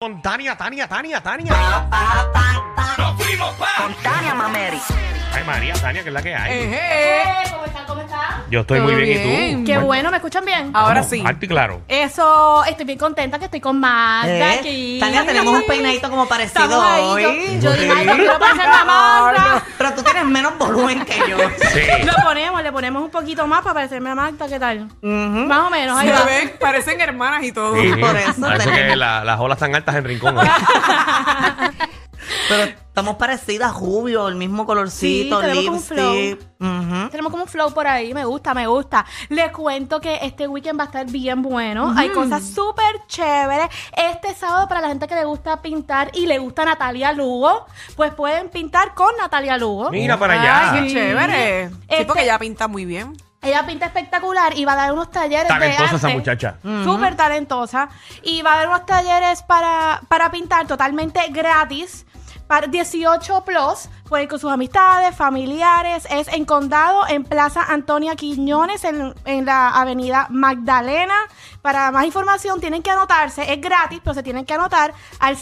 Con Tania, Tania, Tania, Tania. ¡Nos fuimos pa! Tania Mameri. Ay, María, Tania, que es la que hay. Eh, Ejé. ¿Cómo están? ¿Cómo están? Yo estoy muy todo bien, bien. ¿y tú? Qué Bueno, bueno, ¿me escuchan bien? Ah. Ahora vamos, sí. Alto y claro. Eso, estoy bien contenta que estoy con Magda Eh, aquí. Tania, tenemos un peinadito como parecido Estamos ahí, hoy. Yo, yo dije, ay, no quiero pasar la Ay, Magda. Pero tú tienes menos volumen que yo. Sí. Lo ponemos, le ponemos un poquito más para parecerme a Magda, ¿qué tal? Ujú. Más o menos, ahí Se va. ven, parecen hermanas y todo. Sí, Por eso Parece tenemos- que la- las olas están altas en Rincón. hoy. Pero estamos parecidas, rubio, el mismo colorcito, Sí, tenemos como un lipstick. Ujú. Tenemos como un flow por ahí, me gusta, me gusta. Les cuento que este weekend va a estar bien bueno. Hay cosas súper chéveres. Este sábado, para la gente que le gusta pintar y le gusta Natalia Lugo, pues pueden pintar con Natalia Lugo. Mira para Ay, qué allá. chévere. Sí, Este- porque ya pinta muy bien. Ella pinta espectacular y va a dar unos talleres Talentosa de arte. esa muchacha. Súper talentosa. Y va a dar unos talleres para, para pintar totalmente gratis. Para 18 plus, puede ir con sus amistades, familiares. Es en Condado, en Plaza Antonia Quiñones, en, en la avenida Magdalena. Para más información tienen que anotarse. Es gratis, pero se tienen que anotar al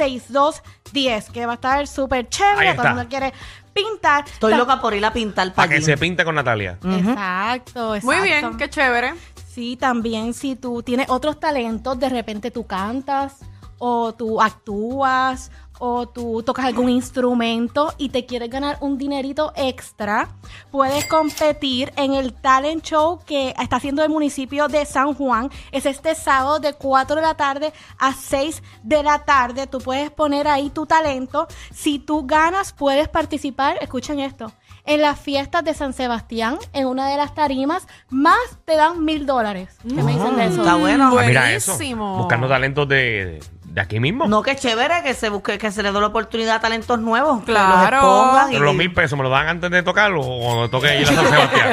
787-480-6210. Que va a estar súper Ahí chévere. está. Todo el mundo quiere pintar. Estoy Ta- loca por ir a pintar Para para que allí. se pinte con Natalia. Exacto, exacto. Muy bien, qué chévere. Sí, también si tú tienes otros talentos, de repente tú cantas o tú actúas o tú tocas algún instrumento y te quieres ganar un dinerito extra, puedes competir en el talent show que está haciendo el municipio de San Juan. Es este sábado de 4 de la tarde a 6 de la tarde. Tú puedes poner ahí tu talento. Si tú ganas, puedes participar. Escuchen esto en las fiestas de San Sebastián, en una de las tarimas, más te dan mil dólares. ¿Qué me dicen de eso? Mm, Está bueno. Ah, mira eso. Buenísimo. Buscando talentos de, de aquí mismo. No, que chévere que se busque, que se le dé la oportunidad a talentos nuevos. que Claro. los expongan y- Pero los mil pesos me lo dan antes de tocarlo o cuando toque allí la San Sebastián.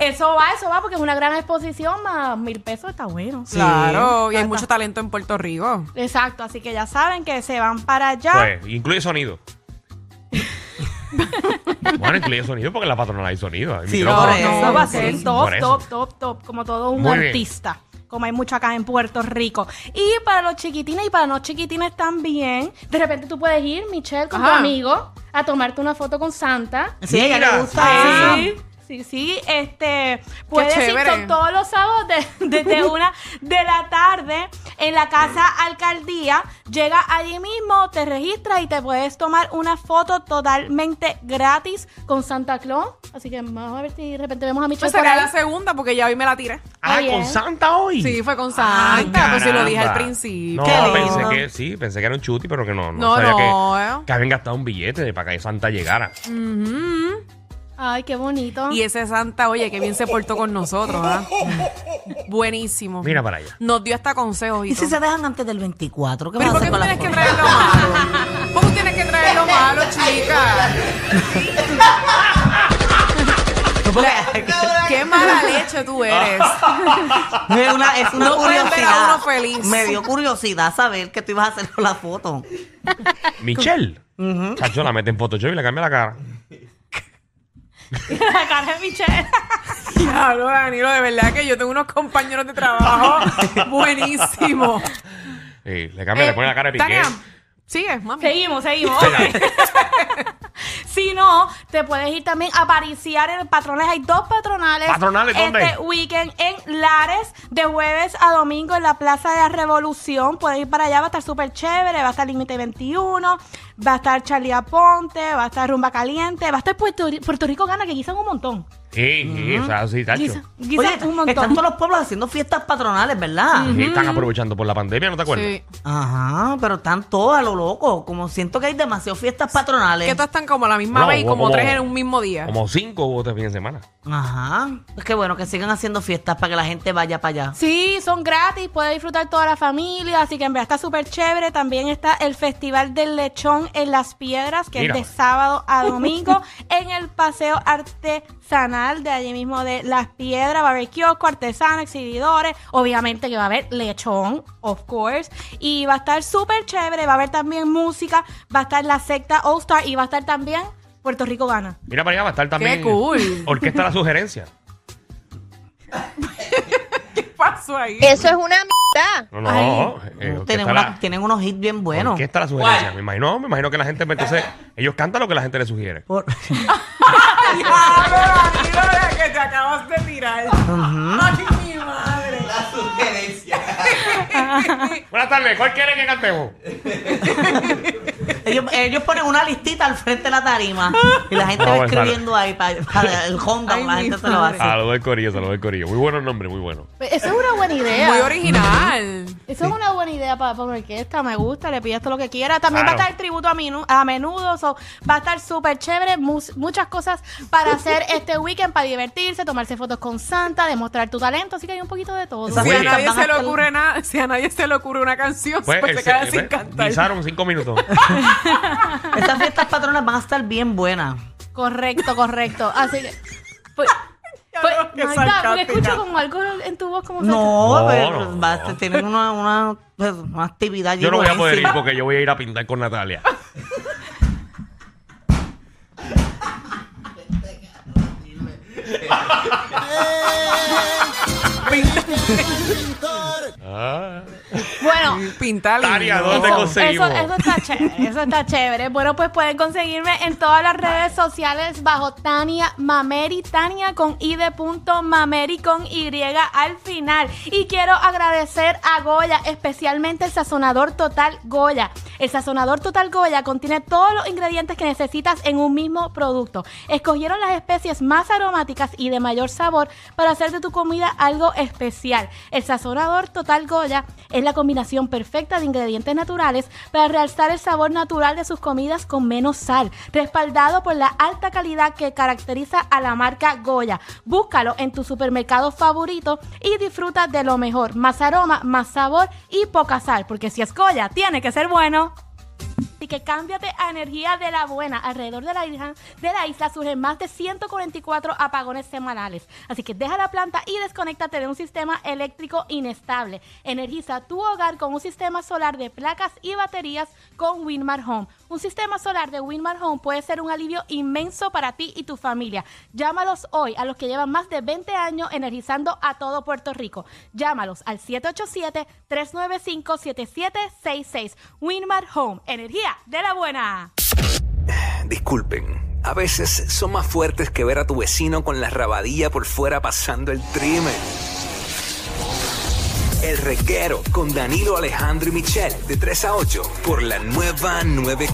Eso va, eso va, porque es una gran exposición, más mil pesos está bueno. Claro, y hay Ajá. mucho talento en Puerto Rico. Exacto, así que ya saben que se van para allá. Pues, incluye sonido. bueno, incluye sonido porque la patrona hay sonido. hay Sí, micrófono. por No, eso, no, va a ser sí, top, Pues, por eso. top, top, top, como todo un Muy bien. artista. Como hay mucho acá en Puerto Rico. Y para los chiquitines y para los chiquitines también, de repente tú puedes ir, Michelle, con tu Ajá. amigo a tomarte una foto con Santa. Sí, a ella le Mira, gusta Sí, eso. sí, sí. Este, puedes ir Ah. chévere. con todos los sábados de- desde una de la tarde en la casa alcaldía. Llega allí mismo, te registras y te puedes tomar una foto totalmente gratis con Santa Claus. Así que vamos a ver si de repente vemos a Michelle Pues por será ahí. la segunda porque ya hoy me la tiré. Ah, Muy con bien. Santa hoy. Sí, fue con Ay, Santa, pues si lo dije al caramba. principio. No, Qué pensé lindo. que sí, pensé que era un chuti, pero que no. No, No, eh. sabía no, Que, que habían gastado un billete de para que Santa llegara. Ujú. Ay, qué bonito. Y ese Santa, oye, qué bien se portó con nosotros, ¿ah? Buenísimo. Mira para allá. Nos dio hasta consejos y, Y si todo. se dejan antes del 24, ¿qué Pero vas a ¿por qué hacer tú con la tienes que foto? traer lo malo? ¿Por qué tienes que traer lo malo, chica? No, porque- Qué mala leche tú eres. Es una, es una No pueden curiosidad. ver a uno feliz. Me dio curiosidad saber que tú ibas a hacer con la foto. Michelle. Chacho, la mete en Photoshop y le cambia la cara. la cara de Michelle. Diablo, Danilo, de verdad que yo tengo unos compañeros de trabajo buenísimos. Sí, le cambia, le pone la cara de piqué. Eh, Tania, sigue, mami. Seguimos, seguimos. Espera. Si no, te puedes ir también a pariciar en el patronales. Hay dos patronales. ¿Patronales dónde? Este weekend en Lares, de jueves a domingo en la Plaza de la Revolución. Puedes ir para allá, va a estar súper chévere. Va a estar Límite 21, va a estar Charlie Aponte, va a estar Rumba Caliente, va a estar Puerto, Ri- Puerto Rico Gana, que guisan un montón. Sí, sí, o sea, sí, Chacho. Guisan, guisan Oye, un montón. están todos los pueblos haciendo fiestas patronales, ¿verdad? Sí, Están aprovechando por la pandemia, ¿no te acuerdas? Sí. Ajá, pero están todos a lo loco. Como siento que hay demasiadas fiestas patronales. Que todas están como a la misma No, vez y como, como- tres en un mismo día. Como cinco hubo este fin de semana. Ajá. Es que bueno, que sigan haciendo fiestas para que la gente vaya para allá. Sí, son gratis, puede disfrutar toda la familia, así que en verdad está súper chévere. También está el Festival del Lechón en Las Piedras, que Mira. es de sábado a domingo, en el Paseo Artesanal de allí mismo de Las Piedras. Va a haber kiosco, artesanos, exhibidores, obviamente que va a haber lechón, of course, y va a estar súper chévere, va a haber también música, va a estar la secta All Star y va a estar también Puerto Rico Gana. Mira para allá, va a estar también. cool. Orquesta La Sugerencia. pasó ahí? Eso es una mierda. No, no. Ay, eh, orquesta tienen, la- una- tienen unos hits bien buenos. orquesta la sugerencia. Me imagino, me imagino que la gente, pues, entonces, ellos cantan lo que la gente les sugiere. Por- Diablo, Danilo, la que te acabas de tirar. Ay, mi madre. La sugerencia. Buenas tardes, ¿cuál quiere que cantemos? ellos, ellos ponen una listita al frente de la tarima y la gente Vamos va a ver, escribiendo ahí para, para el Honda, Ay, la mi gente se lo va a madre. hacer. Saludos Ah, del Corillo, saludos del Corillo. Muy buenos nombres, muy buenos. Pues Eso es una buena idea. Muy original. Eso es una buena idea para, para una orquesta, me gusta, le pides todo lo que quiera. También va Claro. a estar el tributo a, minu- a menudo, so, va a estar súper chévere, mus- muchas cosas para hacer este weekend, para divertirse, tomarse fotos con Santa, demostrar tu talento, así que hay un poquito de todo. Esa Si Oye. a nadie Van a se le estar- ocurre nada, si a nadie se le ocurre una canción, pues, el se se- queda eh, sin pues, cantar. guisaron cinco minutos. Estas fiestas patronas van a estar bien buenas. Correcto, correcto. Así que... Pues, pues, Diablo, qué Magda, porque sarcástica. escucho como algo en tu voz como... No, No, pero no, va a no. ser- tienen una, una, pues, una actividad Yo no voy a poder ir buenísima. porque yo voy a ir a pintar con Natalia. Ah. Bueno, Pintar Tania, lindo. ¿dónde conseguí? Eso, Seguimos. eso está chévere, eso está chévere. Bueno, pues pueden conseguirme en todas las redes sociales bajo Tania Mameri, Tania con i de punto Mameri con Y al final. Y quiero agradecer a Goya, especialmente el sazonador total Goya. El sazonador total Goya contiene todos los ingredientes que necesitas en un mismo producto. Escogieron las especies más aromáticas y de mayor sabor para hacer de tu comida algo especial. El sazonador total Goya es la combinación perfecta de ingredientes naturales para realzar el sabor natural de sus comidas con menos sal, respaldado por la alta calidad que caracteriza a la marca Goya. Búscalo en tu supermercado favorito y disfruta de lo mejor, más aroma, más sabor y poca sal, porque si es Goya, tiene que ser bueno. Así que cámbiate a energía de la buena. Alrededor de la isla, de la isla surgen más de 144 apagones semanales. Así que deja la planta y desconéctate de un sistema eléctrico inestable. Energiza tu hogar con un sistema solar de placas y baterías con Winmar Home. Un sistema solar de Winmar Home puede ser un alivio inmenso para ti y tu familia. Llámalos hoy a los que llevan más de 20 años energizando a todo Puerto Rico. Llámalos al 787-395-7766. Winmar Home, energía de la buena. Disculpen, a veces son más fuertes que ver a tu vecino con la rabadilla por fuera pasando el trimen. El reguero con Danilo Alejandro y Michel de 3 a 8 por la nueva 9.